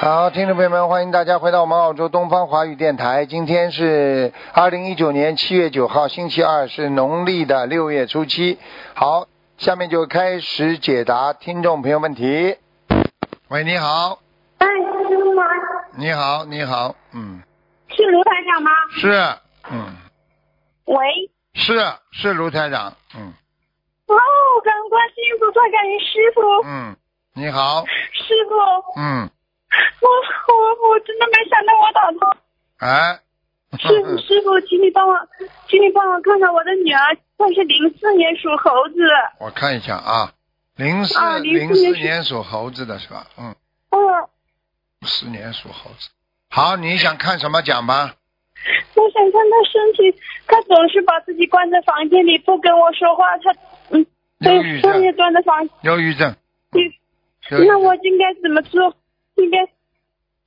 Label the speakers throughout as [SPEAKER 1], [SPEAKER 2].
[SPEAKER 1] 好，听众朋友们，欢迎大家回到我们澳洲东方华语电台。今天是二零一九年七月九号，星期二，是农历的六月初七。好，下面就开始解答听众朋友问题。喂，你好，
[SPEAKER 2] 哎，师傅吗？
[SPEAKER 1] 你好，你好，嗯，
[SPEAKER 2] 是卢台长吗？
[SPEAKER 1] 是，嗯，
[SPEAKER 2] 喂。
[SPEAKER 1] 是是卢台长，嗯
[SPEAKER 2] 哦，感恩观世音菩萨，感恩师傅。
[SPEAKER 1] 嗯，你好，
[SPEAKER 2] 师傅，我
[SPEAKER 1] 嗯，
[SPEAKER 2] 我我真的没想到我打通。
[SPEAKER 1] 哎，
[SPEAKER 2] 师傅，师傅，请你帮我，请你帮我看看我的女儿，她是零四年属猴子。
[SPEAKER 1] 我看一下啊，零四
[SPEAKER 2] 啊
[SPEAKER 1] 零
[SPEAKER 2] 04
[SPEAKER 1] 四
[SPEAKER 2] 年是
[SPEAKER 1] 年属猴子的是吧？嗯，
[SPEAKER 2] 嗯，
[SPEAKER 1] 四年属猴子。好，你想看什么讲吧？
[SPEAKER 2] 我想看她身体，她总是把自己关在房间里，不跟我说话。她嗯，
[SPEAKER 1] 忧郁
[SPEAKER 2] 对，
[SPEAKER 1] 症
[SPEAKER 2] 天天关在房间
[SPEAKER 1] 忧郁症。
[SPEAKER 2] 里。
[SPEAKER 1] 忧郁
[SPEAKER 2] 嗯那
[SPEAKER 1] 症
[SPEAKER 2] 我应该怎么做？应该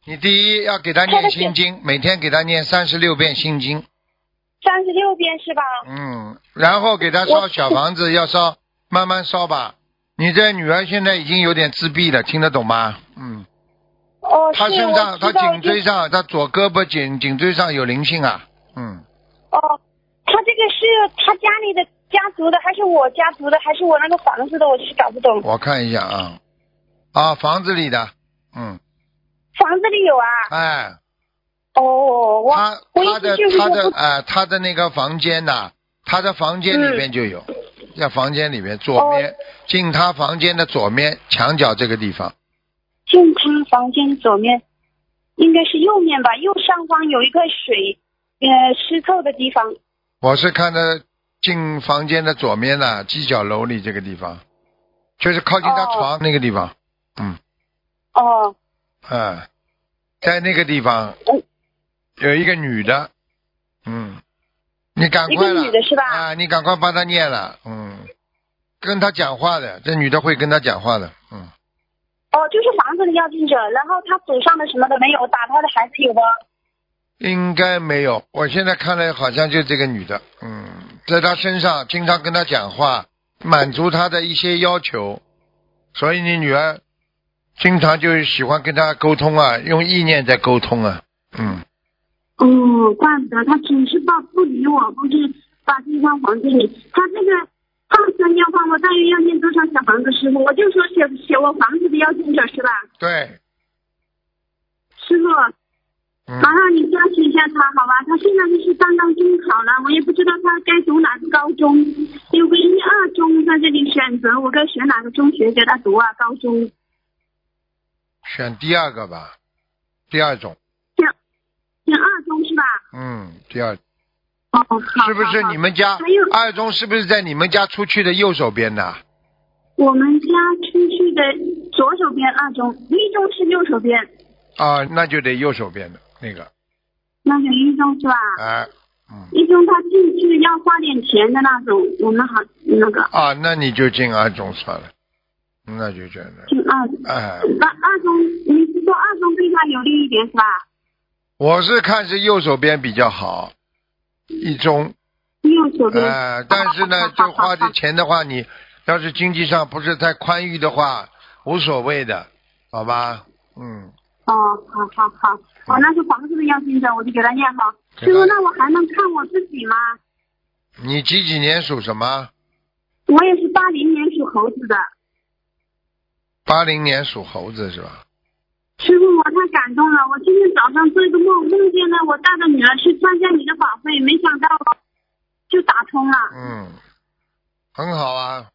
[SPEAKER 1] 你第一要给他
[SPEAKER 2] 他
[SPEAKER 1] 念
[SPEAKER 2] 的
[SPEAKER 1] 心经，每天给他念三十六遍心经。
[SPEAKER 2] 三十六遍是吧？
[SPEAKER 1] 嗯，然后给他烧
[SPEAKER 2] 我
[SPEAKER 1] 小房子，要烧，慢慢烧吧。你这女儿现在已经有点自闭了，听得懂吗？嗯，
[SPEAKER 2] 哦，
[SPEAKER 1] 她
[SPEAKER 2] 是
[SPEAKER 1] 身
[SPEAKER 2] 我
[SPEAKER 1] 上，
[SPEAKER 2] 知
[SPEAKER 1] 她
[SPEAKER 2] 道
[SPEAKER 1] 颈
[SPEAKER 2] 就
[SPEAKER 1] 椎上，她左胳膊颈颈椎上有灵性啊。嗯，
[SPEAKER 2] 哦，他这个是他家里的家族的，还是我家族的，还是我那个房子的？我就是搞不懂。
[SPEAKER 1] 我看一下啊，啊，房子里的，嗯，
[SPEAKER 2] 房子里有啊。
[SPEAKER 1] 哎，
[SPEAKER 2] 哦，我
[SPEAKER 1] 他
[SPEAKER 2] 我
[SPEAKER 1] 他
[SPEAKER 2] 一
[SPEAKER 1] 的
[SPEAKER 2] 直就是
[SPEAKER 1] 他的
[SPEAKER 2] 说不
[SPEAKER 1] 呃他的那个房间呐、他的房间里
[SPEAKER 2] 嗯
[SPEAKER 1] 边就有，在房间里面左
[SPEAKER 2] 哦
[SPEAKER 1] 面、进他房间的左面墙角这个地方，
[SPEAKER 2] 进他房间左面，应该是右面吧，右上方有一个水，呃，湿透的地方。
[SPEAKER 1] 我是看的进房间的左面呐、犄角楼里这个地方，就是靠近他
[SPEAKER 2] 哦
[SPEAKER 1] 床那个地方，嗯，
[SPEAKER 2] 哦，
[SPEAKER 1] 嗯，在那个地方
[SPEAKER 2] 嗯
[SPEAKER 1] 有一个女的，嗯，你赶
[SPEAKER 2] 一
[SPEAKER 1] 快
[SPEAKER 2] 个
[SPEAKER 1] 了
[SPEAKER 2] 女的是吧？
[SPEAKER 1] 啊，你赶快帮他念了，嗯，跟他讲话的，这女的会跟他讲话的，嗯。
[SPEAKER 2] 哦，就是房子的要进者，然后他祖上的什么的没有，打他的孩子有吗？
[SPEAKER 1] 应该没有，我现在看来好像就这个女的，嗯，在她身上经常跟她讲话，满足她的一些要求，所以你女儿经常就是喜欢跟她沟通啊，用意念在沟通啊，嗯，
[SPEAKER 2] 哦，怪不得他总是抱不理我，不是把对方房间里。他这个放生要放，我大约要念多少小房子？师傅，我就说写写我房子的要经者是吧？
[SPEAKER 1] 对，
[SPEAKER 2] 师傅，
[SPEAKER 1] 嗯，
[SPEAKER 2] 麻烦你教训一下他好吧？他现在就是刚刚中考了，我也不知道他该读哪个高中，有个一二中在这里选择，我该选哪个中学给他读啊？高中
[SPEAKER 1] 选第二个吧，第二种，
[SPEAKER 2] 选二中是吧？
[SPEAKER 1] 嗯，第二，
[SPEAKER 2] 哦，好，
[SPEAKER 1] 是不是
[SPEAKER 2] 好好
[SPEAKER 1] 你们家
[SPEAKER 2] 还有
[SPEAKER 1] 二中是不是在你们家出去的右手边的？
[SPEAKER 2] 我们家出去的左手边二中，一中是右手边，
[SPEAKER 1] 啊，那就得右手边的那个，
[SPEAKER 2] 那就一中是吧？
[SPEAKER 1] 哎，嗯。
[SPEAKER 2] 一中他进去要花点钱的那种，我们好那个
[SPEAKER 1] 啊，那你就进二中算了，那就这样的。
[SPEAKER 2] 进二，
[SPEAKER 1] 哎，
[SPEAKER 2] 那二中你是说二中对他有利一点是吧？
[SPEAKER 1] 我是看是右手边比较好，一中，
[SPEAKER 2] 右手边。
[SPEAKER 1] 呃，但是呢，就花这钱的话，你要是经济上不是太宽裕的话，无所谓的，好吧？嗯，
[SPEAKER 2] 哦，好好好，哦，那是房子的要进者，我就给他念好。
[SPEAKER 1] 给他
[SPEAKER 2] 师傅，那我还能看我自己吗？
[SPEAKER 1] 你几几年属什么？
[SPEAKER 2] 我也是八零年属猴子的。
[SPEAKER 1] 八零年属猴子是吧？
[SPEAKER 2] 师傅，我太感动了！我今天早上做一个梦，梦见了我大的女儿去参加你的法会，没想到就打通了。
[SPEAKER 1] 嗯，很好啊，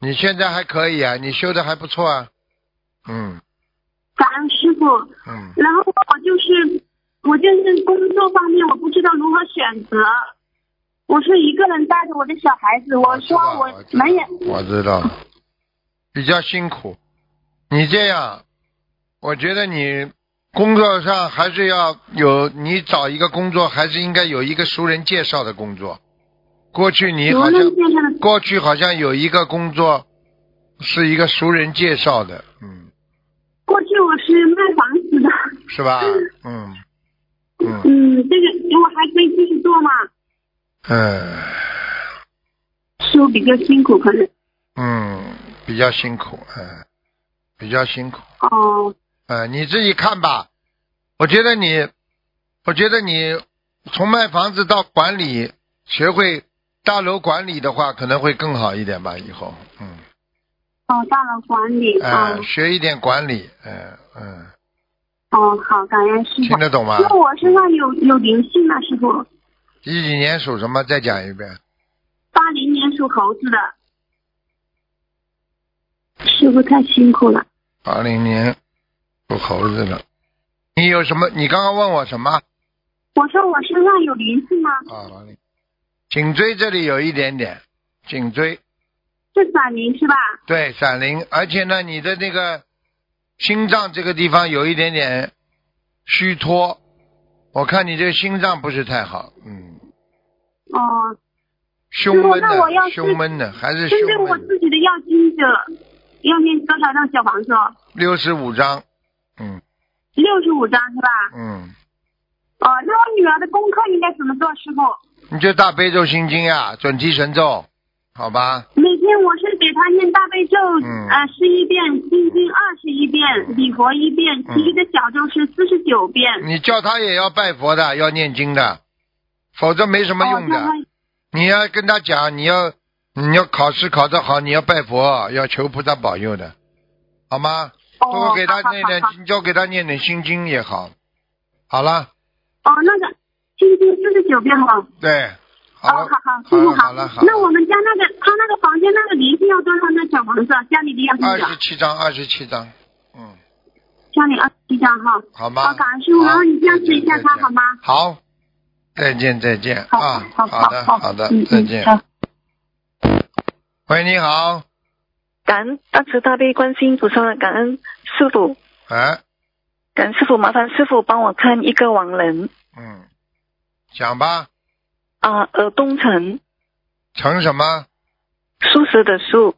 [SPEAKER 1] 你现在还可以啊，你修的还不错啊，嗯
[SPEAKER 2] 感恩师傅。
[SPEAKER 1] 嗯，
[SPEAKER 2] 然后我就是，我就是工作方面我不知道如何选择。我是一个人带着我的小孩子，我
[SPEAKER 1] 知
[SPEAKER 2] 说
[SPEAKER 1] 道
[SPEAKER 2] 我
[SPEAKER 1] 我知道
[SPEAKER 2] 没有，
[SPEAKER 1] 我知道，比较辛苦。你这样，我觉得你工作上还是要有，你找一个工作还是应该有一个熟人介绍的工作。过去你
[SPEAKER 2] 无
[SPEAKER 1] 好像
[SPEAKER 2] 论，先生的
[SPEAKER 1] 过去好像有一个工作是一个熟人介绍的，嗯，
[SPEAKER 2] 过去我是卖房子的，
[SPEAKER 1] 是吧？嗯，嗯，
[SPEAKER 2] 嗯，这个我还可以继续做吗？
[SPEAKER 1] 嗯，
[SPEAKER 2] 师傅比较辛苦，可能
[SPEAKER 1] 哎嗯，比较辛苦，嗯，比较辛苦，
[SPEAKER 2] 哦，
[SPEAKER 1] 呃，你自己看吧。我觉得你，我觉得你从卖房子到管理，学会大楼管理的话，可能会更好一点吧。以后，嗯，
[SPEAKER 2] 哦，大楼管理啊
[SPEAKER 1] 呃，，学一点管理，嗯嗯，
[SPEAKER 2] 哦，好，感恩师
[SPEAKER 1] 听
[SPEAKER 2] 傅。
[SPEAKER 1] 得懂吗？
[SPEAKER 2] 那我身上有有灵性吗，师傅？
[SPEAKER 1] 几几年属什么？再讲一遍。
[SPEAKER 2] 八零年属猴子的，师傅太辛苦了。
[SPEAKER 1] 八零年属猴子的。你有什么？你刚刚问我什么？
[SPEAKER 2] 我说我身上有灵性吗？
[SPEAKER 1] 啊，八零颈椎这里有一点点，颈椎
[SPEAKER 2] 是转灵是吧？
[SPEAKER 1] 对闪灵，而且呢，你的那个心脏这个地方有一点点虚脱，我看你这个心脏不是太好，嗯，
[SPEAKER 2] 哦，
[SPEAKER 1] 胸闷
[SPEAKER 2] 那我要
[SPEAKER 1] 的，
[SPEAKER 2] 是
[SPEAKER 1] 胸闷的，还是
[SPEAKER 2] 针对
[SPEAKER 1] 胸
[SPEAKER 2] 我
[SPEAKER 1] 闷的，
[SPEAKER 2] 自己的要经者，要念多少张小房子？哦
[SPEAKER 1] 六十五张，嗯
[SPEAKER 2] 六十五张是吧？
[SPEAKER 1] 嗯，
[SPEAKER 2] 哦，那我女儿的功课应该怎么做，师傅？
[SPEAKER 1] 你就大悲咒心经啊，准提神咒，好吧，
[SPEAKER 2] 每天我是给她念大悲咒，
[SPEAKER 1] 嗯
[SPEAKER 2] 呃，十一遍，心经二十一遍，礼佛一遍，
[SPEAKER 1] 嗯
[SPEAKER 2] 其余的小咒是四十九遍。
[SPEAKER 1] 你叫他也要拜佛的，要念经的，否则没什么用的。
[SPEAKER 2] 哦
[SPEAKER 1] 你要跟他讲，你要你要考试考得好，你要拜佛，要求菩萨保佑的，好吗？
[SPEAKER 2] 那我
[SPEAKER 1] 多给他
[SPEAKER 2] 哦好
[SPEAKER 1] 念点
[SPEAKER 2] 好好，
[SPEAKER 1] 多给他念点心经也好。好了，
[SPEAKER 2] 好哦，那个心经四十九遍哈。
[SPEAKER 1] 对，好
[SPEAKER 2] 哦，
[SPEAKER 1] 了，
[SPEAKER 2] 好好，
[SPEAKER 1] 好
[SPEAKER 2] 师傅
[SPEAKER 1] 了，好了，好
[SPEAKER 2] 那我
[SPEAKER 1] 了。
[SPEAKER 2] 们家那个他那个房间那个灵性要多少那小房子？家里的要多
[SPEAKER 1] 二
[SPEAKER 2] 少
[SPEAKER 1] 十？七章，二十七章，嗯，
[SPEAKER 2] 家啊里二十七张哈。
[SPEAKER 1] 好吗？
[SPEAKER 2] 好感恩师傅
[SPEAKER 1] 好
[SPEAKER 2] 然后你加持一下
[SPEAKER 1] 再见
[SPEAKER 2] 他好吗
[SPEAKER 1] 好，再见，再见
[SPEAKER 2] 好
[SPEAKER 1] 啊，
[SPEAKER 2] 好
[SPEAKER 1] 的，
[SPEAKER 2] 好
[SPEAKER 1] 好的
[SPEAKER 2] 嗯，
[SPEAKER 1] 再见
[SPEAKER 2] 嗯。好
[SPEAKER 1] 喂，你好，
[SPEAKER 3] 感恩大慈大悲观世音菩萨，感恩师傅，
[SPEAKER 1] 哎，
[SPEAKER 3] 感恩师傅，麻烦师傅帮我看一个亡人
[SPEAKER 1] 嗯，讲吧，
[SPEAKER 3] 啊，尔东城，
[SPEAKER 1] 成什么？
[SPEAKER 3] 素食的素，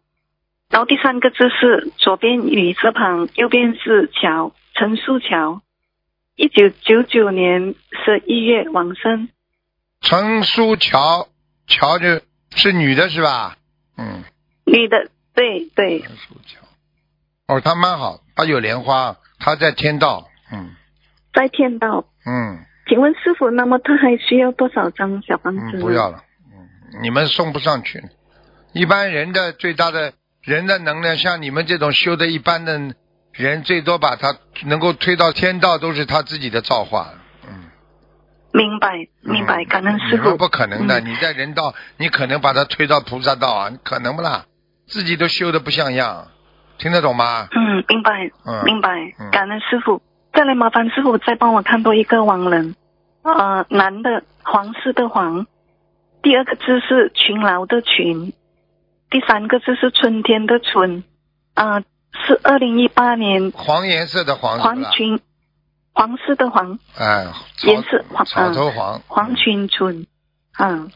[SPEAKER 3] 然后第三个字是左边雨字旁，右边是桥，陈树桥，一九九九年十一月往生，
[SPEAKER 1] 陈书乔，乔就是女的是吧？嗯，
[SPEAKER 3] 女的，对对，
[SPEAKER 1] 陈书乔。哦，她蛮好，她有莲花，她在天道。嗯
[SPEAKER 3] 在天道。
[SPEAKER 1] 嗯
[SPEAKER 3] 请问师傅，那么他还需要多少张小房子
[SPEAKER 1] 嗯，
[SPEAKER 3] 呢？
[SPEAKER 1] 不要了，嗯，你们送不上去。一般人的最大的人的能量，像你们这种修的一般的人，最多把他能够推到天道，都是他自己的造化。嗯，
[SPEAKER 3] 明白明白，
[SPEAKER 1] 嗯
[SPEAKER 3] 感恩
[SPEAKER 1] 你
[SPEAKER 3] 师傅。
[SPEAKER 1] 们不可能的，
[SPEAKER 3] 嗯
[SPEAKER 1] 你在人道，你可能把他推到菩萨道啊，可能不啦？自己都修的不像样，听得懂吗？
[SPEAKER 3] 嗯，明白，
[SPEAKER 1] 嗯
[SPEAKER 3] 明白
[SPEAKER 1] 嗯，
[SPEAKER 3] 感恩师傅。再来麻烦师傅再帮我看多一个亡人，呃，男的黄色的黄，第二个字是群劳的群，第三个字是春天的春，呃，是二零一八年
[SPEAKER 1] 黄颜色的黄是
[SPEAKER 3] 黄
[SPEAKER 1] 吧？
[SPEAKER 3] 群，黄色的黄，
[SPEAKER 1] 哎，草
[SPEAKER 3] 颜色黄嗯
[SPEAKER 1] 草头黄，
[SPEAKER 3] 黄群春，嗯，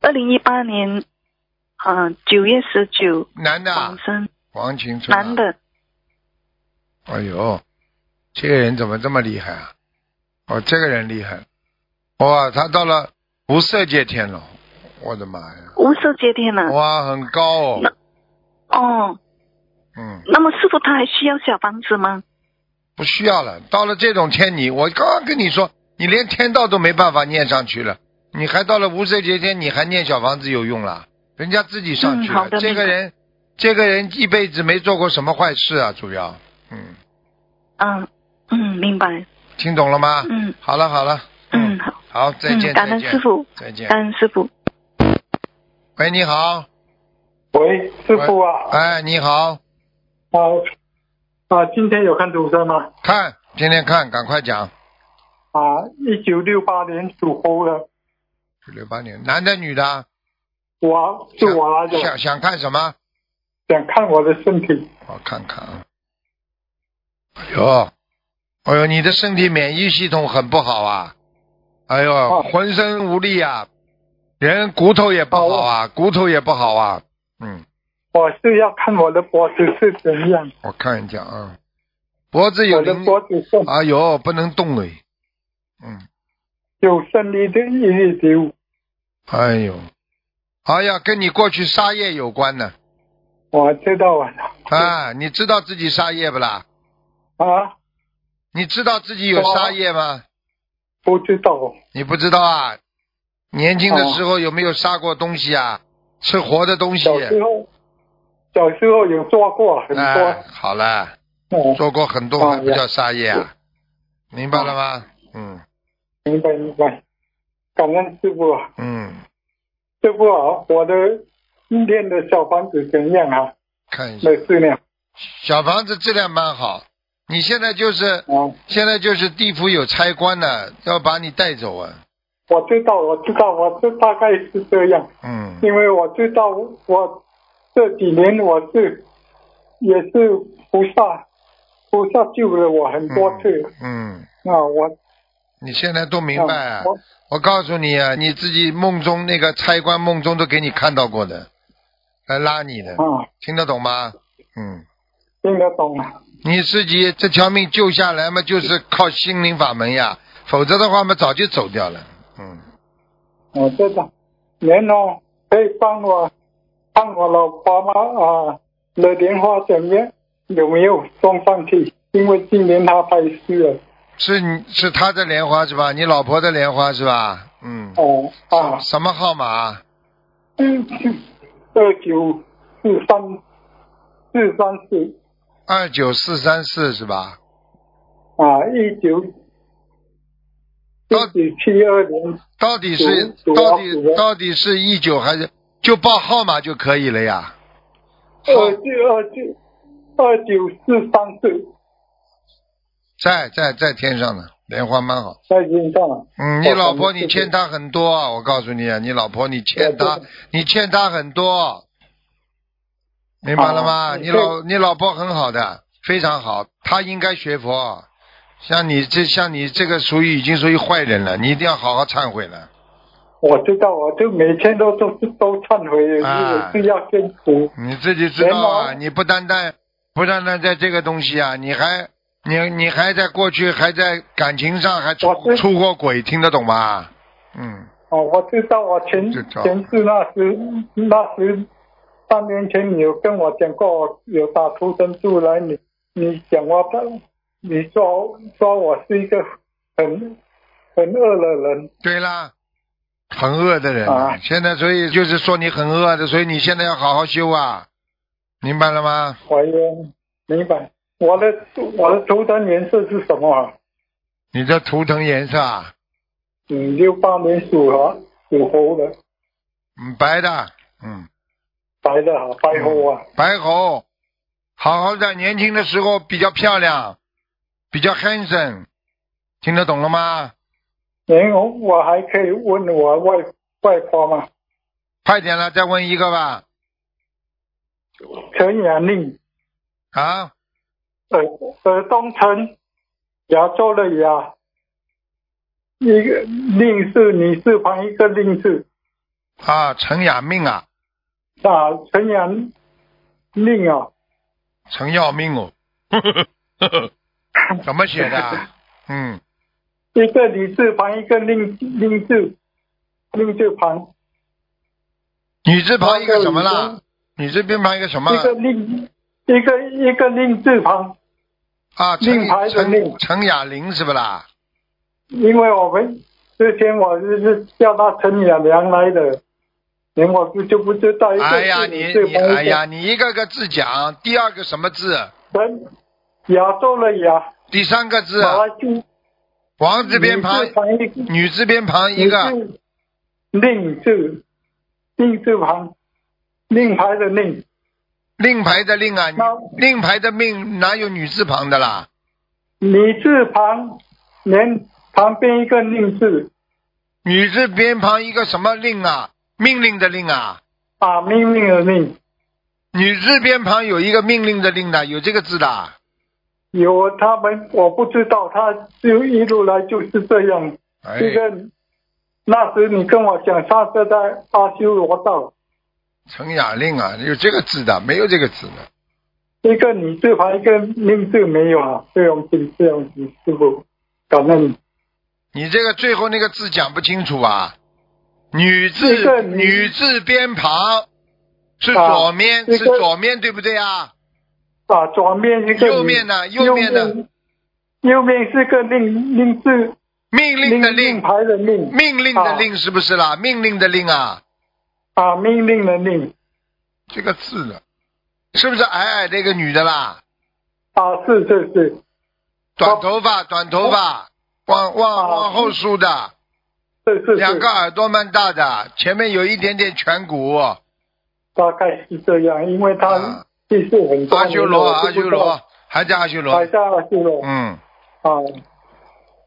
[SPEAKER 3] 二零一八年，呃，九月十九
[SPEAKER 1] 男的啊
[SPEAKER 3] 往，生，
[SPEAKER 1] 黄群春、啊
[SPEAKER 3] 男。的，
[SPEAKER 1] 哎呦，这个人怎么这么厉害啊？哦，这个人厉害，哇，他到了无色界天了，我的妈呀，
[SPEAKER 3] 无色接天了。
[SPEAKER 1] 哇，很高哦
[SPEAKER 3] 那，哦，
[SPEAKER 1] 嗯，
[SPEAKER 3] 那么师傅他还需要小房子吗？
[SPEAKER 1] 不需要了，到了这种天你，我刚刚跟你说，你连天道都没办法念上去了，你还到了无色界天，你还念小房子有用啦？人家自己上去
[SPEAKER 3] 嗯
[SPEAKER 1] 了，
[SPEAKER 3] 好的
[SPEAKER 1] 这个
[SPEAKER 3] 明白
[SPEAKER 1] 人，这个人一辈子没做过什么坏事啊，主要，嗯。
[SPEAKER 3] 嗯嗯，明白。
[SPEAKER 1] 听懂了吗？
[SPEAKER 3] 嗯
[SPEAKER 1] 好了好了，
[SPEAKER 3] 嗯，，好，
[SPEAKER 1] 好，再见，
[SPEAKER 3] 嗯，感
[SPEAKER 1] 再
[SPEAKER 3] 恩
[SPEAKER 1] 见，
[SPEAKER 3] 师傅，
[SPEAKER 1] 再见。
[SPEAKER 3] 感恩师傅。
[SPEAKER 1] 喂，你好，
[SPEAKER 4] 喂，师傅啊，
[SPEAKER 1] 哎，你好，
[SPEAKER 4] 啊啊，今天有看图生吗？
[SPEAKER 1] 看，天天看，赶快讲。
[SPEAKER 4] 啊，一九六八年属猴的，
[SPEAKER 1] 六八年，男的女的？
[SPEAKER 4] 我是我啊来的，
[SPEAKER 1] 想想看什么？
[SPEAKER 4] 想看我的身体。
[SPEAKER 1] 我看看啊。哎呦，哎呦，你的身体免疫系统很不好啊！哎呦，
[SPEAKER 4] 哦
[SPEAKER 1] 浑身无力啊，人骨头也不好
[SPEAKER 4] 哦
[SPEAKER 1] 啊，骨头也不好啊。嗯，
[SPEAKER 4] 我是要看我的脖子是怎样，
[SPEAKER 1] 我看一下啊，脖子有
[SPEAKER 4] 我的
[SPEAKER 1] 灵，
[SPEAKER 4] 脖子是
[SPEAKER 1] 哎呦，不能动哎。嗯，
[SPEAKER 4] 有胜利的一粒瘤。
[SPEAKER 1] 哎呦，哎呀，跟你过去杀业有关呢。
[SPEAKER 4] 我知道了
[SPEAKER 1] 啊，你知道自己杀业不啦？
[SPEAKER 4] 啊，
[SPEAKER 1] 你知道自己有
[SPEAKER 4] 哦
[SPEAKER 1] 杀业吗？
[SPEAKER 4] 不知道，
[SPEAKER 1] 你不知道啊？年轻的时候有没有杀过东西啊？吃活的东西？
[SPEAKER 4] 小时候小时候有做过很
[SPEAKER 1] 哎
[SPEAKER 4] 多，，
[SPEAKER 1] 好了，
[SPEAKER 4] 嗯，
[SPEAKER 1] 做过很多
[SPEAKER 4] 哦
[SPEAKER 1] 还不叫杀业啊？明白了吗？嗯
[SPEAKER 4] 明白明白，感恩师傅啊，
[SPEAKER 1] 嗯，
[SPEAKER 4] 师傅啊，我的今天的小房子怎样啊？
[SPEAKER 1] 看一下
[SPEAKER 4] 那质量
[SPEAKER 1] 小房子质量蛮好，你现在就是
[SPEAKER 4] 啊，
[SPEAKER 1] 现在就是地府有差官呢，要把你带走啊。
[SPEAKER 4] 我知道，我知道，我这大概是这样，
[SPEAKER 1] 嗯
[SPEAKER 4] 因为我知道我这几年我是也是菩萨，菩萨救了我很多次、
[SPEAKER 1] 嗯，
[SPEAKER 4] 啊，我
[SPEAKER 1] 你现在都明白啊
[SPEAKER 4] 啊。我
[SPEAKER 1] 我告诉你啊，你自己梦中那个差官梦中都给你看到过的，来拉你的，
[SPEAKER 4] 啊
[SPEAKER 1] 听得懂吗？嗯，
[SPEAKER 4] 听得懂啊，
[SPEAKER 1] 你自己这条命救下来嘛，就是靠心灵法门呀，否则的话嘛，早就走掉了。嗯，
[SPEAKER 4] 我知道。您哦，可以帮我帮我老婆吗？啊，的莲花怎么样？有没有送上去？因为今年她太虚了。
[SPEAKER 1] 是你是他的莲花是吧？你老婆的莲花是吧？嗯，
[SPEAKER 4] 哦啊，
[SPEAKER 1] 什么号码？
[SPEAKER 4] 嗯，二九四三四三四
[SPEAKER 1] 二九四三四是吧？
[SPEAKER 4] 啊，一九
[SPEAKER 1] 到
[SPEAKER 4] 一九七二年
[SPEAKER 1] 到底是
[SPEAKER 4] 九九
[SPEAKER 1] 到
[SPEAKER 4] 九
[SPEAKER 1] 底
[SPEAKER 4] 九
[SPEAKER 1] 到底是一九还是就报号码就可以了呀？
[SPEAKER 4] 二
[SPEAKER 1] 号
[SPEAKER 4] 九二九二九四三四
[SPEAKER 1] 在在在天上呢，莲花蛮好。
[SPEAKER 4] 在线上了。
[SPEAKER 1] 嗯，你
[SPEAKER 4] 我
[SPEAKER 1] 老
[SPEAKER 4] 们
[SPEAKER 1] 婆
[SPEAKER 4] 是
[SPEAKER 1] 你
[SPEAKER 4] 不
[SPEAKER 1] 欠
[SPEAKER 4] 是
[SPEAKER 1] 她很多啊！我告诉你啊，你老婆你欠
[SPEAKER 4] 对对
[SPEAKER 1] 她
[SPEAKER 4] 对，
[SPEAKER 1] 你欠她很多，明白了吗？
[SPEAKER 4] 哦
[SPEAKER 1] 你
[SPEAKER 4] 对
[SPEAKER 1] 老你老婆很好的，非常好，她应该学佛。像你这像你这个属于已经属于坏人了，你一定要好好忏悔了。
[SPEAKER 4] 我知道，我就每天都都都忏悔，因
[SPEAKER 1] 啊
[SPEAKER 4] 为是要坚持。
[SPEAKER 1] 你自己知道啊，
[SPEAKER 4] 人呢
[SPEAKER 1] 你不单单不单单在这个东西啊，你还你你还在过去还在感情上还出
[SPEAKER 4] 我知
[SPEAKER 1] 出过轨，听得懂吗？嗯，
[SPEAKER 4] 哦，我知道，我前
[SPEAKER 1] 知道
[SPEAKER 4] 前世那时那时三年前你有跟我讲过，我有打出生出来，你你讲我的，你说说我是一个很很恶的人
[SPEAKER 1] 对啦，很恶的人、
[SPEAKER 4] 啊
[SPEAKER 1] 现在所以就是说你很恶的，所以你现在要好好修啊，明白了吗？
[SPEAKER 4] 我也明白我的我的图腾颜色是什么啊？
[SPEAKER 1] 你的图腾颜色啊，
[SPEAKER 4] 嗯，六八年属猴属猴的，
[SPEAKER 1] 嗯，白的，嗯，
[SPEAKER 4] 白的啊，白猴啊，
[SPEAKER 1] 白猴，好好的，年轻的时候比较漂亮，比较 handsome，听得懂了吗？嗯
[SPEAKER 4] 然后我还可以问我外外婆吗？
[SPEAKER 1] 快点了，再问一个吧。
[SPEAKER 4] 陈远令。
[SPEAKER 1] 啊，
[SPEAKER 4] 呃呃，东城亚洲的亚，一个令是女字旁一个令字
[SPEAKER 1] 啊，陈雅命啊，
[SPEAKER 4] 啊，陈阳令啊，
[SPEAKER 1] 陈要命哦，怎么写的啊？嗯，
[SPEAKER 4] 一个女字旁一个令令字，令字旁
[SPEAKER 1] 女字旁一个什么啦？女字边旁一个什么
[SPEAKER 4] 一？个令一个一个令字旁，
[SPEAKER 1] 啊，
[SPEAKER 4] 令
[SPEAKER 1] 陈
[SPEAKER 4] 牌的
[SPEAKER 1] 陈
[SPEAKER 4] 令
[SPEAKER 1] 陈雅玲是不啦？
[SPEAKER 4] 因为我们之前我就是叫他陈雅良来的，连我不就不知道一个
[SPEAKER 1] 哎呀，
[SPEAKER 4] 是
[SPEAKER 1] 你
[SPEAKER 4] 女字
[SPEAKER 1] 你
[SPEAKER 4] 旁一个
[SPEAKER 1] 哎呀，你一个个字讲，第二个什么字？
[SPEAKER 4] 陈亚洲的亚，
[SPEAKER 1] 第三个字，
[SPEAKER 4] 马来西亚
[SPEAKER 1] 王字边旁
[SPEAKER 4] 女字，旁一个
[SPEAKER 1] 女字边旁一个，
[SPEAKER 4] 令字，令字旁，令牌的令，
[SPEAKER 1] 令牌的令啊，
[SPEAKER 4] 那
[SPEAKER 1] 令牌的命哪有女字旁的啦？
[SPEAKER 4] 女字旁，连旁边一个令字，
[SPEAKER 1] 女字边旁一个什么令啊？命令的令啊？
[SPEAKER 4] 啊，命令的令，
[SPEAKER 1] 女字边旁有一个命令的令的，有这个字的啊
[SPEAKER 4] 有他们我不知道，他就一路来就是这样。
[SPEAKER 1] 哎，
[SPEAKER 4] 这个那时你跟我讲，他是在阿修罗道，
[SPEAKER 1] 陈雅令啊，有这个字的，没有这个字的。
[SPEAKER 4] 一个女字旁，一个令字没有啊，这样子这样子，师傅，感恩你。
[SPEAKER 1] 你这个最后那个字讲不清楚啊。女字
[SPEAKER 4] 这个女
[SPEAKER 1] 女字边旁是
[SPEAKER 4] 啊
[SPEAKER 1] 左面，
[SPEAKER 4] 这
[SPEAKER 1] 是
[SPEAKER 4] 个
[SPEAKER 1] 左面对不对啊？
[SPEAKER 4] 啊，左面一个女
[SPEAKER 1] 右面呢右面呢，
[SPEAKER 4] 右边是个令令字，
[SPEAKER 1] 命令的
[SPEAKER 4] 令
[SPEAKER 1] 令，
[SPEAKER 4] 牌的令
[SPEAKER 1] 命令的令是不是啦？命令的令啊，
[SPEAKER 4] 啊，命令的令
[SPEAKER 1] 这个字呢，是不是矮矮的一个女的啦？
[SPEAKER 4] 啊，是是是
[SPEAKER 1] 短头
[SPEAKER 4] 哦
[SPEAKER 1] 发，短头发，往往往后梳的，
[SPEAKER 4] 是啊是是，
[SPEAKER 1] 两个耳朵蛮大的，前面有一点点颧骨。
[SPEAKER 4] 大概是这样，因为
[SPEAKER 1] 啊
[SPEAKER 4] 他技术很多
[SPEAKER 1] 阿修罗，啊
[SPEAKER 4] 我
[SPEAKER 1] 阿
[SPEAKER 4] 都
[SPEAKER 1] 修
[SPEAKER 4] 不知道
[SPEAKER 1] 罗，还在阿修罗
[SPEAKER 4] 还。在阿修罗
[SPEAKER 1] 嗯，
[SPEAKER 4] 啊。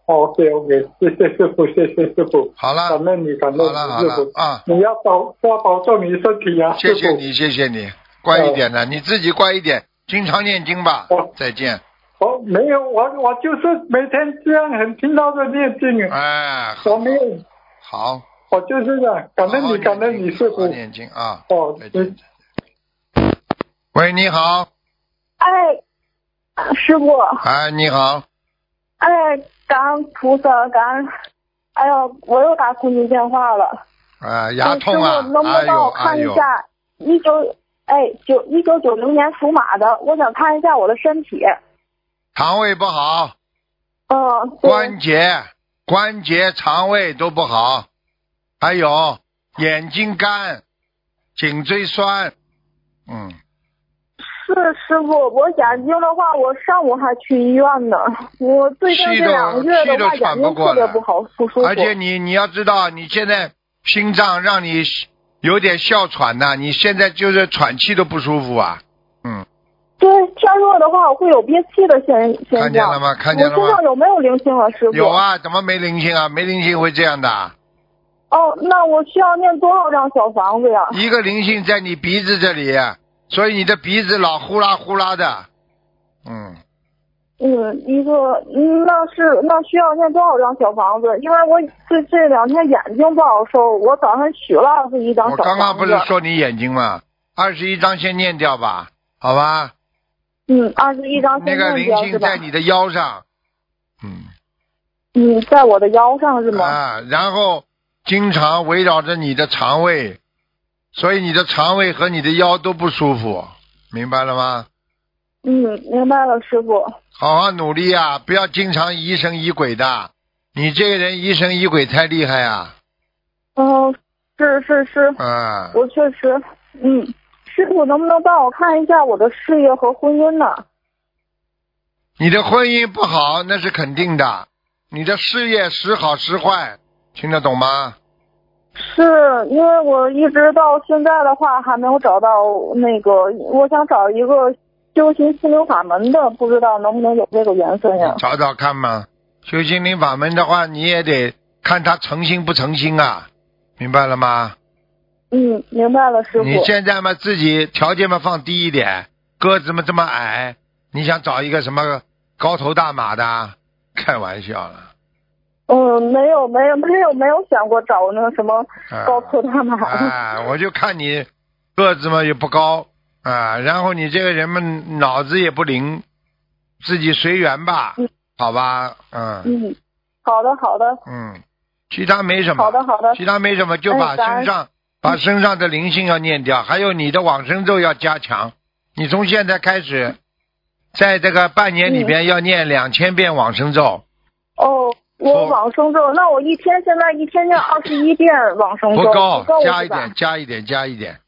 [SPEAKER 4] OK OK，谢谢师傅，谢谢师傅，
[SPEAKER 1] 好了
[SPEAKER 4] 感，恩你，感恩
[SPEAKER 1] 啊好了，好
[SPEAKER 4] 你师
[SPEAKER 1] 了
[SPEAKER 4] 傅，
[SPEAKER 1] 啊！
[SPEAKER 4] 你要保多保重你身体啊，
[SPEAKER 1] 谢
[SPEAKER 4] 师
[SPEAKER 1] 谢
[SPEAKER 4] 傅。嗯
[SPEAKER 1] 你，谢谢你，乖一点呢，你自己乖一点，经常念经吧
[SPEAKER 4] 哦。
[SPEAKER 1] 再见。
[SPEAKER 4] 我哦没有，我我就是每天这样很勤劳的念经，啊
[SPEAKER 1] 哎，
[SPEAKER 4] 我没有，
[SPEAKER 1] 好，
[SPEAKER 4] 我哦就是这样，感恩
[SPEAKER 1] 好好
[SPEAKER 4] 你，
[SPEAKER 1] 念
[SPEAKER 4] 感恩
[SPEAKER 1] 经
[SPEAKER 4] 你师
[SPEAKER 1] 好好
[SPEAKER 4] 傅。
[SPEAKER 1] 念经啊！
[SPEAKER 4] 哦
[SPEAKER 1] 再，
[SPEAKER 4] 你
[SPEAKER 1] 见。喂，你好，
[SPEAKER 5] 哎，师傅，
[SPEAKER 1] 哎，你好，
[SPEAKER 5] 哎，感恩菩萨，感恩，哎呦，我又打通您电话了。
[SPEAKER 1] 啊，牙痛啊
[SPEAKER 5] 哎师傅，能不
[SPEAKER 1] 哎
[SPEAKER 5] 能帮
[SPEAKER 1] 呦，
[SPEAKER 5] 我
[SPEAKER 1] 哎
[SPEAKER 5] 看一
[SPEAKER 1] 呦，
[SPEAKER 5] 下一九哎九一九九零年属马的，我想看一下我的身体。
[SPEAKER 1] 肠胃不好，
[SPEAKER 5] 嗯，对
[SPEAKER 1] 关节、关节、肠胃都不好，还有眼睛干、颈椎酸，嗯，
[SPEAKER 5] 是师傅，我眼睛的话，我上午还去医院呢。我最近
[SPEAKER 1] 气
[SPEAKER 5] 这
[SPEAKER 1] 都
[SPEAKER 5] 两个月
[SPEAKER 1] 气都
[SPEAKER 5] 的话，
[SPEAKER 1] 喘
[SPEAKER 5] 眼
[SPEAKER 1] 不
[SPEAKER 5] 睛
[SPEAKER 1] 过
[SPEAKER 5] 特别
[SPEAKER 1] 来
[SPEAKER 5] 不好，不舒服。
[SPEAKER 1] 而且你你要知道，你现在心脏让你有点哮喘呐、你现在就是喘气都不舒服啊，嗯，
[SPEAKER 5] 对，天热的话，我会有憋气的现现象。
[SPEAKER 1] 看见了吗看见了吗
[SPEAKER 5] 我身上有没有灵性啊，师傅？
[SPEAKER 1] 有。啊，怎么没灵性啊？没灵性会这样的啊，
[SPEAKER 5] 哦，那我需要念多少张小房子呀？
[SPEAKER 1] 一个灵性在你鼻子这里，啊所以你的鼻子老呼啦呼啦的，嗯。
[SPEAKER 5] 嗯，一个，嗯，那是那需要念多少张小房子？因为我这这两天眼睛不好受，我早上许了二十一张
[SPEAKER 1] 我
[SPEAKER 5] 小房
[SPEAKER 1] 刚
[SPEAKER 5] 子。
[SPEAKER 1] 刚不是说你眼睛吗？二十一张先念掉吧，好吧？
[SPEAKER 5] 嗯，二十一张
[SPEAKER 1] 那
[SPEAKER 5] 先
[SPEAKER 1] 个
[SPEAKER 5] 念
[SPEAKER 1] 灵
[SPEAKER 5] 掉是
[SPEAKER 1] 性
[SPEAKER 5] 吧
[SPEAKER 1] 在？你的腰上，嗯
[SPEAKER 5] 嗯，在我的腰上是吗？
[SPEAKER 1] 啊，然后经常围绕着你的肠胃，所以你的肠胃和你的腰都不舒服，明白了吗？
[SPEAKER 5] 嗯，明白了，师傅。
[SPEAKER 1] 好好努力啊，不要经常疑神疑鬼的。你这个人疑神疑鬼太厉害啊！
[SPEAKER 5] 嗯、是是是，
[SPEAKER 1] 啊，
[SPEAKER 5] 我确实，嗯，师傅能不能帮我看一下我的事业和婚姻呢？
[SPEAKER 1] 你的婚姻不好那是肯定的，你的事业时好时坏，听得懂吗？
[SPEAKER 5] 是因为我一直到现在的话还没有找到那个，我想找一个修行心灵法门的，不知道能不能有这个缘分呀
[SPEAKER 1] 你？找找看嘛。修心灵法门的话，你也得看他诚心不诚心啊，明白了吗？
[SPEAKER 5] 嗯，明白了，师傅。
[SPEAKER 1] 你现在嘛，自己条件嘛放低一点，个子嘛这么矮，你想找一个什么高头大马的啊？开玩笑了，
[SPEAKER 5] 嗯，没有没有没有没有想过找那什么
[SPEAKER 1] 啊、
[SPEAKER 5] 高头大马的。
[SPEAKER 1] 哎，我就看你个子嘛也不高啊，然后你这个人嘛脑子也不灵，自己随缘吧，
[SPEAKER 5] 嗯
[SPEAKER 1] 好吧，嗯
[SPEAKER 5] 嗯，好的好的
[SPEAKER 1] 嗯，其他没什么。
[SPEAKER 5] 好的好 的。
[SPEAKER 1] 其他没什么，就
[SPEAKER 5] 哎
[SPEAKER 1] 把
[SPEAKER 5] 感恩
[SPEAKER 1] 身上、把身上的灵性要念掉，还有你的往生咒要加强。你从现在开始，在这个半年里边
[SPEAKER 5] 嗯
[SPEAKER 1] 要念两千遍往生咒，
[SPEAKER 5] 哦，
[SPEAKER 1] 好
[SPEAKER 5] 我往生咒，那我一天现在一天念二十一遍往生咒，
[SPEAKER 1] 不够
[SPEAKER 5] 不够，
[SPEAKER 1] 加一
[SPEAKER 5] 是吧
[SPEAKER 1] 点，？加一点，加一点，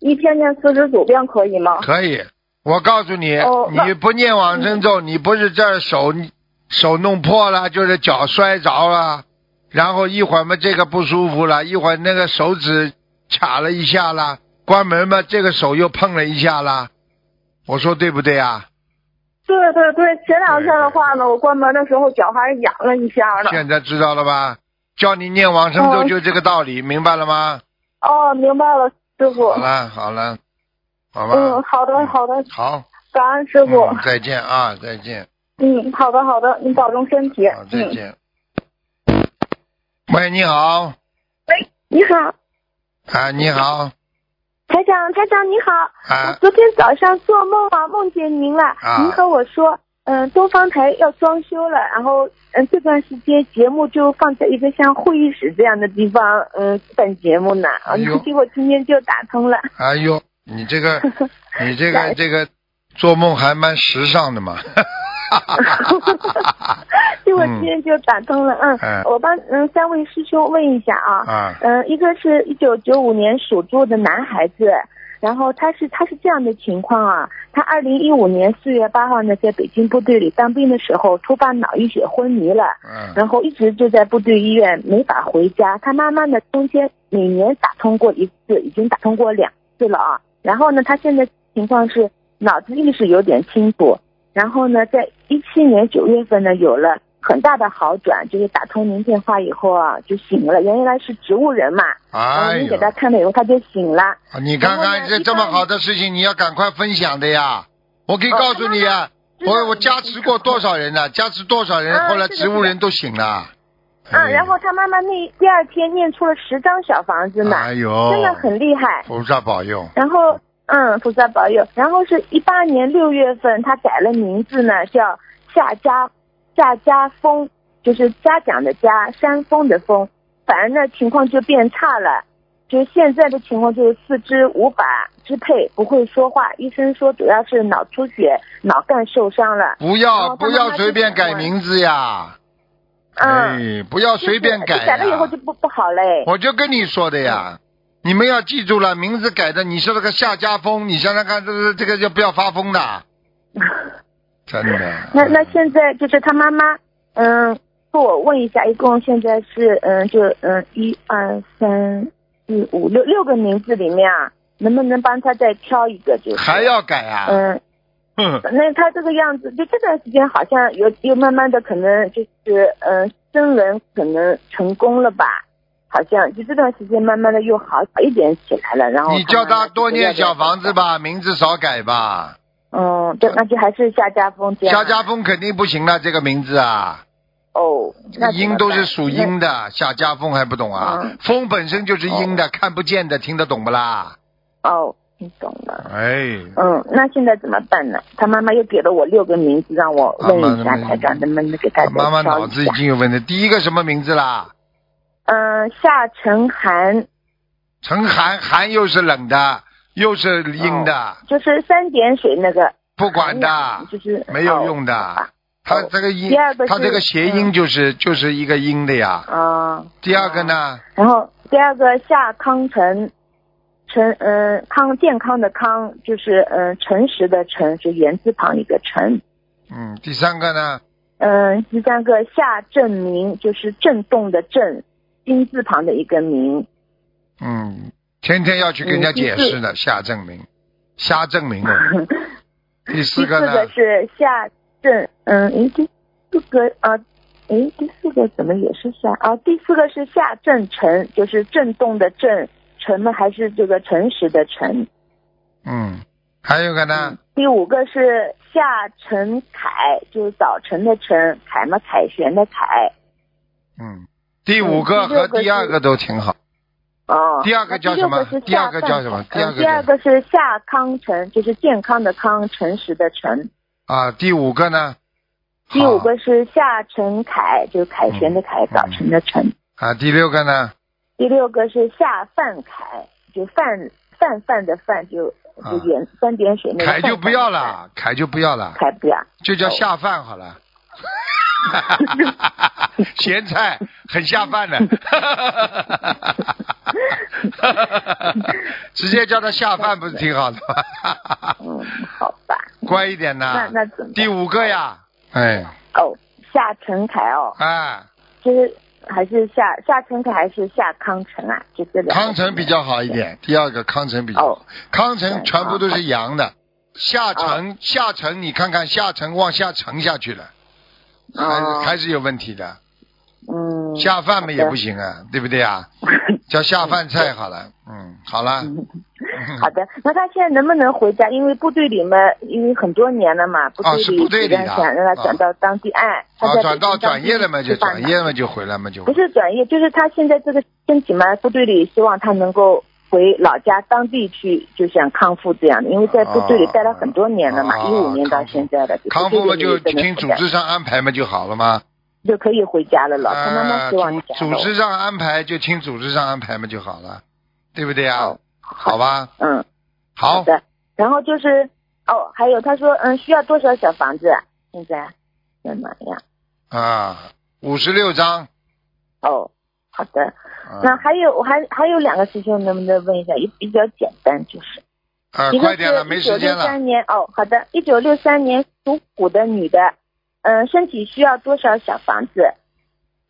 [SPEAKER 5] 一天念四十九遍可以吗？
[SPEAKER 1] 可以。我告诉你，
[SPEAKER 5] 哦那嗯
[SPEAKER 1] 你不念往生咒，你不是这儿手手弄破了，就是脚摔着了，然后一会儿嘛这个不舒服了，一会儿那个手指卡了一下啦，关门嘛这个手又碰了一下啦，我说对不对啊？
[SPEAKER 5] 对对对，前两天的话呢，我关门的时候脚还痒了一下呢。
[SPEAKER 1] 现在知道了吧？叫你念往生咒
[SPEAKER 5] 嗯
[SPEAKER 1] 就这个道理，明白了吗？
[SPEAKER 5] 哦，明白了，师傅
[SPEAKER 1] 好。了，好了，好吧，
[SPEAKER 5] 嗯，好的好的，
[SPEAKER 1] 好，
[SPEAKER 5] 感恩师傅。
[SPEAKER 1] 嗯再见啊，再见，
[SPEAKER 5] 嗯，好的好的，您保重身体。
[SPEAKER 1] 好，再
[SPEAKER 5] 嗯，
[SPEAKER 1] 见。喂，你好，
[SPEAKER 6] 你好，
[SPEAKER 1] 啊，你好，
[SPEAKER 6] 台长，台长你好，
[SPEAKER 1] 啊
[SPEAKER 6] 我，昨天早上做梦啊，梦见您了，
[SPEAKER 1] 啊
[SPEAKER 6] 您和我说，嗯、东方台要装修了，然后嗯、这段时间节目就放在一个像会议室这样的地方，嗯、办节目呢，啊
[SPEAKER 1] 哎呦
[SPEAKER 6] 结果今天就打通了，
[SPEAKER 1] 哎呦， 你这个，你这个
[SPEAKER 6] 来
[SPEAKER 1] 这个做梦还蛮时尚的嘛，
[SPEAKER 5] 结果今天就打通了，嗯，
[SPEAKER 1] 嗯
[SPEAKER 5] 我帮嗯三位师兄问一下啊，
[SPEAKER 1] 啊，
[SPEAKER 5] 嗯，一个是一九九五年属猪的男孩子，然后他是他是这样的情况啊，他二零一五年四月八号呢在北京部队里当兵的时候突发脑溢血昏迷了，
[SPEAKER 1] 嗯，
[SPEAKER 5] 然后一直就在部队医院没法回家。他妈妈呢，中间每年打通过一次，已经打通过两次了啊。然后呢，他现在情况是脑子意识有点清楚，然后呢，在一七年九月份呢有了很大的好转，就是打通您电话以后啊就醒了，原来是植物人嘛，然后
[SPEAKER 1] 哎
[SPEAKER 5] 您
[SPEAKER 1] 呦
[SPEAKER 5] 给，他看了以后他就醒了。
[SPEAKER 1] 你看
[SPEAKER 5] 然后
[SPEAKER 1] 看
[SPEAKER 5] 呢
[SPEAKER 1] 这
[SPEAKER 5] 一
[SPEAKER 1] 这么
[SPEAKER 5] 般
[SPEAKER 1] 好的事情，你要赶快分享的呀！我可以
[SPEAKER 5] 哦
[SPEAKER 1] 告诉你啊，
[SPEAKER 5] 知道
[SPEAKER 1] 我我
[SPEAKER 5] 你
[SPEAKER 1] 加持过多少人呢？加持多少人？
[SPEAKER 5] 啊
[SPEAKER 1] 后来
[SPEAKER 5] 是的
[SPEAKER 1] 植物
[SPEAKER 5] 是的
[SPEAKER 1] 人都醒了。
[SPEAKER 5] 啊，
[SPEAKER 1] 哎
[SPEAKER 5] 然后他妈妈那第二天念出了十张小房子呢，
[SPEAKER 1] 哎呦，
[SPEAKER 5] 真的很哦厉害。
[SPEAKER 1] 菩萨保佑。
[SPEAKER 5] 然后，嗯，菩萨保佑。然后是一八年六月份，他改了名字呢，叫夏家夏家峰，就是嘉奖的嘉，山峰的峰。反而呢，情况就变差了。就是现在的情况就是四肢无法支配，不会说话。医生说主要是脑出血、脑干受伤了。
[SPEAKER 1] 不
[SPEAKER 5] 然
[SPEAKER 1] 要
[SPEAKER 5] 后他
[SPEAKER 1] 不
[SPEAKER 5] 妈
[SPEAKER 1] 要
[SPEAKER 5] 妈
[SPEAKER 1] 随
[SPEAKER 5] 就
[SPEAKER 1] 便
[SPEAKER 5] 喜
[SPEAKER 1] 改
[SPEAKER 5] 欢
[SPEAKER 1] 名字呀！
[SPEAKER 5] 嗯，
[SPEAKER 1] 哎，不要随便
[SPEAKER 5] 啊就是
[SPEAKER 1] 改
[SPEAKER 5] 就
[SPEAKER 1] 呀
[SPEAKER 5] 改了以后就不不好 嘞。
[SPEAKER 1] 我就跟你说的
[SPEAKER 5] 嗯
[SPEAKER 1] 呀，你们要记住了，名字改的，你是那个夏家风，你想想看，这个这个就不要发疯 的，真的。
[SPEAKER 5] 那那现在就是他妈妈，嗯，跟我问一下，一共现在是嗯，就嗯一二三四五六六个名字里面啊，能不能帮他再挑一个？就 是
[SPEAKER 1] 还要改 啊？
[SPEAKER 5] 嗯，
[SPEAKER 1] 哼，
[SPEAKER 5] 那他这个样子，就这段时间好像有又慢慢的可能就是嗯升人可能成功了吧。好像就这段时间慢慢的又好好一点起来了，然后
[SPEAKER 1] 你叫
[SPEAKER 5] 慢慢
[SPEAKER 1] 他
[SPEAKER 5] 地
[SPEAKER 1] 多
[SPEAKER 5] 就越来
[SPEAKER 1] 念
[SPEAKER 5] 越
[SPEAKER 1] 小房子
[SPEAKER 5] 好。
[SPEAKER 1] 吧，名字少改吧。
[SPEAKER 5] 嗯，对，那就还是夏家风这样。
[SPEAKER 1] 夏家风肯定不行了，这个名字啊，
[SPEAKER 5] 哦，
[SPEAKER 1] 这
[SPEAKER 5] 那
[SPEAKER 1] 个
[SPEAKER 5] 怎么
[SPEAKER 1] 阴都是
[SPEAKER 5] 办
[SPEAKER 1] 属
[SPEAKER 5] 那
[SPEAKER 1] 阴的，夏家风还不懂啊
[SPEAKER 5] 嗯？
[SPEAKER 1] 风本身就是阴的，看不见的，听得懂不啦？
[SPEAKER 5] 哦，你懂了。
[SPEAKER 1] 哎，
[SPEAKER 5] 嗯，那现在怎么办呢？他妈妈又给了我六个名字，让我问一
[SPEAKER 1] 啊
[SPEAKER 5] 下
[SPEAKER 1] 妈妈
[SPEAKER 5] 台长能不能给大家
[SPEAKER 1] 妈妈
[SPEAKER 5] 挑
[SPEAKER 1] 脑
[SPEAKER 5] 一
[SPEAKER 1] 子已
[SPEAKER 5] 下。
[SPEAKER 1] 经有问题。第一个什么名字啦？
[SPEAKER 5] 嗯，夏晨寒
[SPEAKER 1] 成寒，寒又是冷的，又是阴的，
[SPEAKER 5] 就是三点水那个，
[SPEAKER 1] 不管的，
[SPEAKER 5] 就是
[SPEAKER 1] 没有用的。
[SPEAKER 5] 哦好吧
[SPEAKER 1] 他这个音
[SPEAKER 5] 第二，个是嗯
[SPEAKER 1] 他这个谐音就是、就是一个音的呀。
[SPEAKER 5] 啊。
[SPEAKER 1] 第二个呢，
[SPEAKER 5] 然后第二个夏康辰，辰嗯、康健康的康就是嗯、呃诚实的诚是言字旁一个诚。
[SPEAKER 1] 嗯，第三个呢，
[SPEAKER 5] 嗯、第三个夏振明就是震动的震，金字旁的一个明。
[SPEAKER 1] 嗯，天天要去跟人家
[SPEAKER 5] 嗯第
[SPEAKER 1] 解
[SPEAKER 5] 四
[SPEAKER 1] 释呢，瞎证明，瞎证 明了。第四
[SPEAKER 5] 第
[SPEAKER 1] 个
[SPEAKER 5] 四
[SPEAKER 1] 呢
[SPEAKER 5] 个，是夏振，嗯，诶，第四个啊，诶，第四个怎么也是夏啊？第四个是夏振成，就是震动的震，成呢还是这个诚实的诚？
[SPEAKER 1] 嗯，还有个呢，
[SPEAKER 5] 第五个是夏晨凯，就是早晨的晨，凯嘛凯旋的凯。
[SPEAKER 1] 嗯，第五个
[SPEAKER 5] 嗯第六
[SPEAKER 1] 和
[SPEAKER 5] 个是
[SPEAKER 1] 第二个都挺好。
[SPEAKER 5] 哦，
[SPEAKER 1] 第二个叫什么
[SPEAKER 5] 那
[SPEAKER 1] 第二个
[SPEAKER 5] 第
[SPEAKER 1] 叫
[SPEAKER 5] 六
[SPEAKER 1] 什
[SPEAKER 5] 是夏
[SPEAKER 1] 么
[SPEAKER 5] 振成
[SPEAKER 1] 第二个叫
[SPEAKER 5] 嗯第二个是夏康成，就是健康的康，诚实的诚。
[SPEAKER 1] 啊，第五个呢？
[SPEAKER 5] 第
[SPEAKER 1] 好
[SPEAKER 5] 五
[SPEAKER 1] 嗯
[SPEAKER 5] 个是夏晨凯，就是凯旋的凯，早晨的晨。
[SPEAKER 1] 啊，第六个呢？
[SPEAKER 5] 第六个是夏范凯，就范范范的范，就
[SPEAKER 1] 啊
[SPEAKER 5] 就圆三点水那个。
[SPEAKER 1] 凯就不要。 了，凯就不要了。
[SPEAKER 5] 凯不要。
[SPEAKER 1] 就叫下饭好 了。咸菜很下饭 的，直接叫他下饭不是挺好的吗？
[SPEAKER 5] 嗯，好 吧。
[SPEAKER 1] 乖一点
[SPEAKER 5] 那
[SPEAKER 1] 呐。
[SPEAKER 5] 那怎么办？
[SPEAKER 1] 啊第五个呀，哎，
[SPEAKER 5] 哦，夏晨凯哦，
[SPEAKER 1] 哎，
[SPEAKER 5] 就是还是夏夏晨凯还是夏康成啊？就这两个。
[SPEAKER 1] 康城比较好一点。第二个康城比较好
[SPEAKER 5] 哦，啊
[SPEAKER 1] 康城全部都是阳的，下沉下沉，你看看下沉往下沉下去了，还
[SPEAKER 5] 哦
[SPEAKER 1] 是还是有问题的。
[SPEAKER 5] 嗯。
[SPEAKER 1] 下饭嘛也
[SPEAKER 5] 好的
[SPEAKER 1] 不行啊，对不对啊？叫下饭菜好了，嗯，好了，
[SPEAKER 5] 好的，那他现在能不能回家？因为部队里嘛，因为很多年了嘛，部
[SPEAKER 1] 啊
[SPEAKER 5] 队
[SPEAKER 1] 是
[SPEAKER 5] 里
[SPEAKER 1] 部队里
[SPEAKER 5] 主任
[SPEAKER 1] 的
[SPEAKER 5] 想让
[SPEAKER 1] 啊
[SPEAKER 5] 他转到当地，哎，他
[SPEAKER 1] 啊，
[SPEAKER 5] 在
[SPEAKER 1] 转
[SPEAKER 5] 北
[SPEAKER 1] 到
[SPEAKER 5] 京当
[SPEAKER 1] 转
[SPEAKER 5] 地
[SPEAKER 1] 业了嘛，就
[SPEAKER 5] 吃饭
[SPEAKER 1] 转
[SPEAKER 5] 呢
[SPEAKER 1] 业了嘛，就回来嘛，就
[SPEAKER 5] 不是转业，就是他现在这个身体嘛，部队里希望他能够回老家当地去，就想康复这样的，因为在部队里待了很多年了嘛，
[SPEAKER 1] 哦
[SPEAKER 5] 一五、年到
[SPEAKER 1] 啊康复
[SPEAKER 5] 现在了，
[SPEAKER 1] 康
[SPEAKER 5] 部
[SPEAKER 1] 复嘛
[SPEAKER 5] 队里
[SPEAKER 1] 就
[SPEAKER 5] 真的
[SPEAKER 1] 听
[SPEAKER 5] 不
[SPEAKER 1] 组
[SPEAKER 5] 在
[SPEAKER 1] 织上安排嘛就好了嘛，
[SPEAKER 5] 就可以回家了了。他妈妈
[SPEAKER 1] 呃，
[SPEAKER 5] 希望
[SPEAKER 1] 组
[SPEAKER 5] 这样
[SPEAKER 1] 组
[SPEAKER 5] 的
[SPEAKER 1] 织上安排就听组织上安排嘛就好了，对不对啊
[SPEAKER 5] 哦？
[SPEAKER 1] 好吧，
[SPEAKER 5] 嗯，好
[SPEAKER 1] 好，
[SPEAKER 5] 的。然后就是哦，还有他说嗯，需要多少小房子啊？现在什么呀？
[SPEAKER 1] 啊，五十六章。
[SPEAKER 5] 哦，好的。
[SPEAKER 1] 啊
[SPEAKER 5] 那还有，我还还有两个师兄，能不能问一下？也比较简单，就是
[SPEAKER 1] 啊，
[SPEAKER 5] 一个
[SPEAKER 1] 快
[SPEAKER 5] 是
[SPEAKER 1] 点了，没
[SPEAKER 5] 一九
[SPEAKER 1] 时间
[SPEAKER 5] 六
[SPEAKER 1] 了。
[SPEAKER 5] 三年哦，好的，一九六三年属虎的女的，嗯，身体需要多少小房子？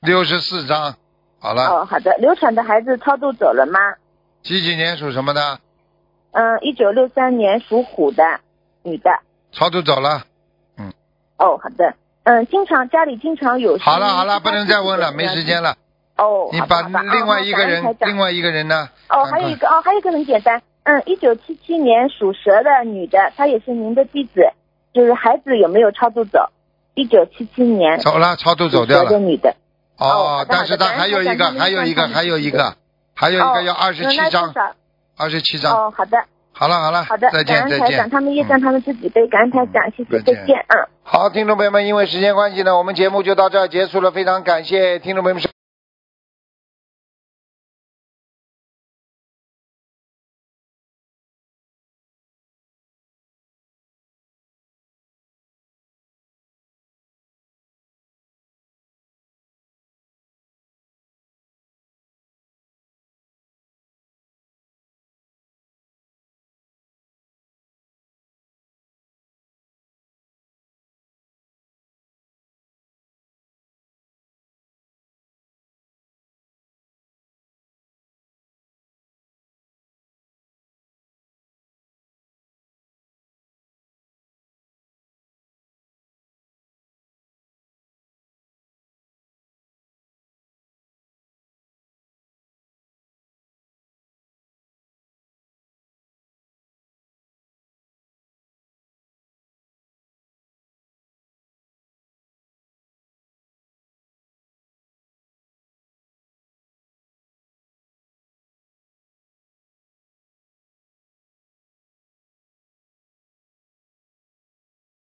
[SPEAKER 1] 六十四章，好了。
[SPEAKER 5] 哦，好的，流产的孩子超度走了吗？
[SPEAKER 1] 几几年属什么的？
[SPEAKER 5] 嗯，一九六三年属虎的女的。
[SPEAKER 1] 超度走了。
[SPEAKER 5] 哦，好的。嗯，经常家里经常有。
[SPEAKER 1] 好了好了，不能再问了，没时间
[SPEAKER 5] 了。
[SPEAKER 1] 了。
[SPEAKER 5] 哦，
[SPEAKER 1] 你
[SPEAKER 5] 好的
[SPEAKER 1] 把
[SPEAKER 5] 好的
[SPEAKER 1] 另外一个
[SPEAKER 5] 哦好
[SPEAKER 1] 人
[SPEAKER 5] 感，恩台
[SPEAKER 1] 另
[SPEAKER 5] 长
[SPEAKER 1] 外一个人呢？
[SPEAKER 5] 哦，
[SPEAKER 1] 赶
[SPEAKER 5] 还有
[SPEAKER 1] 快
[SPEAKER 5] 一个哦，还有一个很简单，嗯，一九七七年属蛇的女的，她也是您的弟子，就是孩子有没有超度走？一九七七年
[SPEAKER 1] 走了，超度
[SPEAKER 5] 属
[SPEAKER 1] 走掉
[SPEAKER 5] 蛇的
[SPEAKER 1] 了。
[SPEAKER 5] 女的，哦好
[SPEAKER 1] 哦
[SPEAKER 5] 的，
[SPEAKER 1] 但是他还有一个，
[SPEAKER 5] 好的
[SPEAKER 1] 还有一个，
[SPEAKER 5] 感恩台长
[SPEAKER 1] 还有一个，还有一
[SPEAKER 5] 哦
[SPEAKER 1] 个要二十
[SPEAKER 5] 那
[SPEAKER 1] 七
[SPEAKER 5] 多
[SPEAKER 1] 章，
[SPEAKER 5] 少？
[SPEAKER 1] 二十七章。
[SPEAKER 5] 哦，好的，
[SPEAKER 1] 好了好了，
[SPEAKER 5] 好的，
[SPEAKER 1] 再
[SPEAKER 5] 感
[SPEAKER 1] 见
[SPEAKER 5] 恩
[SPEAKER 1] 再
[SPEAKER 5] 台
[SPEAKER 1] 见嗯
[SPEAKER 5] 长，。他们业障他们自己背，感恩台长，谢谢，
[SPEAKER 1] 再
[SPEAKER 5] 再
[SPEAKER 1] 见
[SPEAKER 5] 见，嗯。
[SPEAKER 1] 好，听众朋友们，因为时间关系呢，我们节目就到这儿结束了。非常感谢听众朋友们收。